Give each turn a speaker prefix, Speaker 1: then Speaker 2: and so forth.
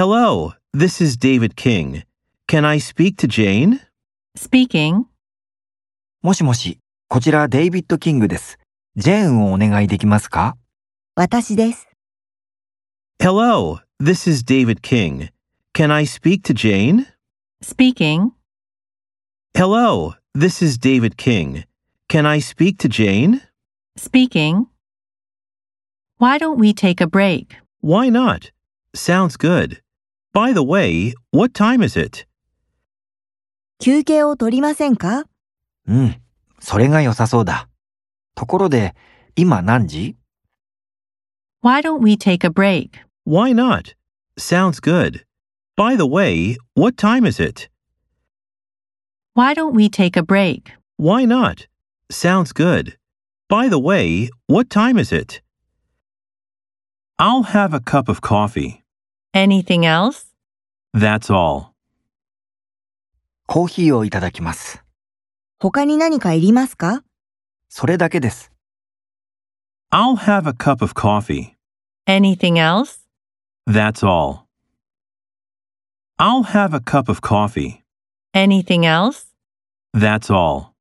Speaker 1: Hello, this is David King. Can I speak to Jane?
Speaker 2: Speaking.
Speaker 3: もしもし、こちらデイビッド・キングです。ジェーンをお願いできますか
Speaker 4: 私です。
Speaker 1: Hello, this is David King. Can I speak to Jane?
Speaker 2: Speaking.
Speaker 1: Hello, this is David King. Can I speak to Jane?
Speaker 2: Speaking. Why don't we take a break?
Speaker 1: Why not? Sounds good. By the way, what time is it?
Speaker 4: 休憩を取りませんか
Speaker 3: うん、それが良さそうだ。ところで、今何時
Speaker 2: Why don't we take a break?
Speaker 1: Why not? Sounds good. By the way, what time is it?
Speaker 2: Why don't we take a break?
Speaker 1: Why not? Sounds good. By the way, what time is it? I'll have a cup of coffee.
Speaker 2: Anything else?
Speaker 1: That's all.
Speaker 3: コーヒーをいただきます。
Speaker 4: 他に何かいりますか
Speaker 3: それだけです。
Speaker 1: I'll have a cup of coffee.
Speaker 2: Anything else?
Speaker 1: That's all. I'll have a cup of coffee.
Speaker 2: Anything else?
Speaker 1: That's all.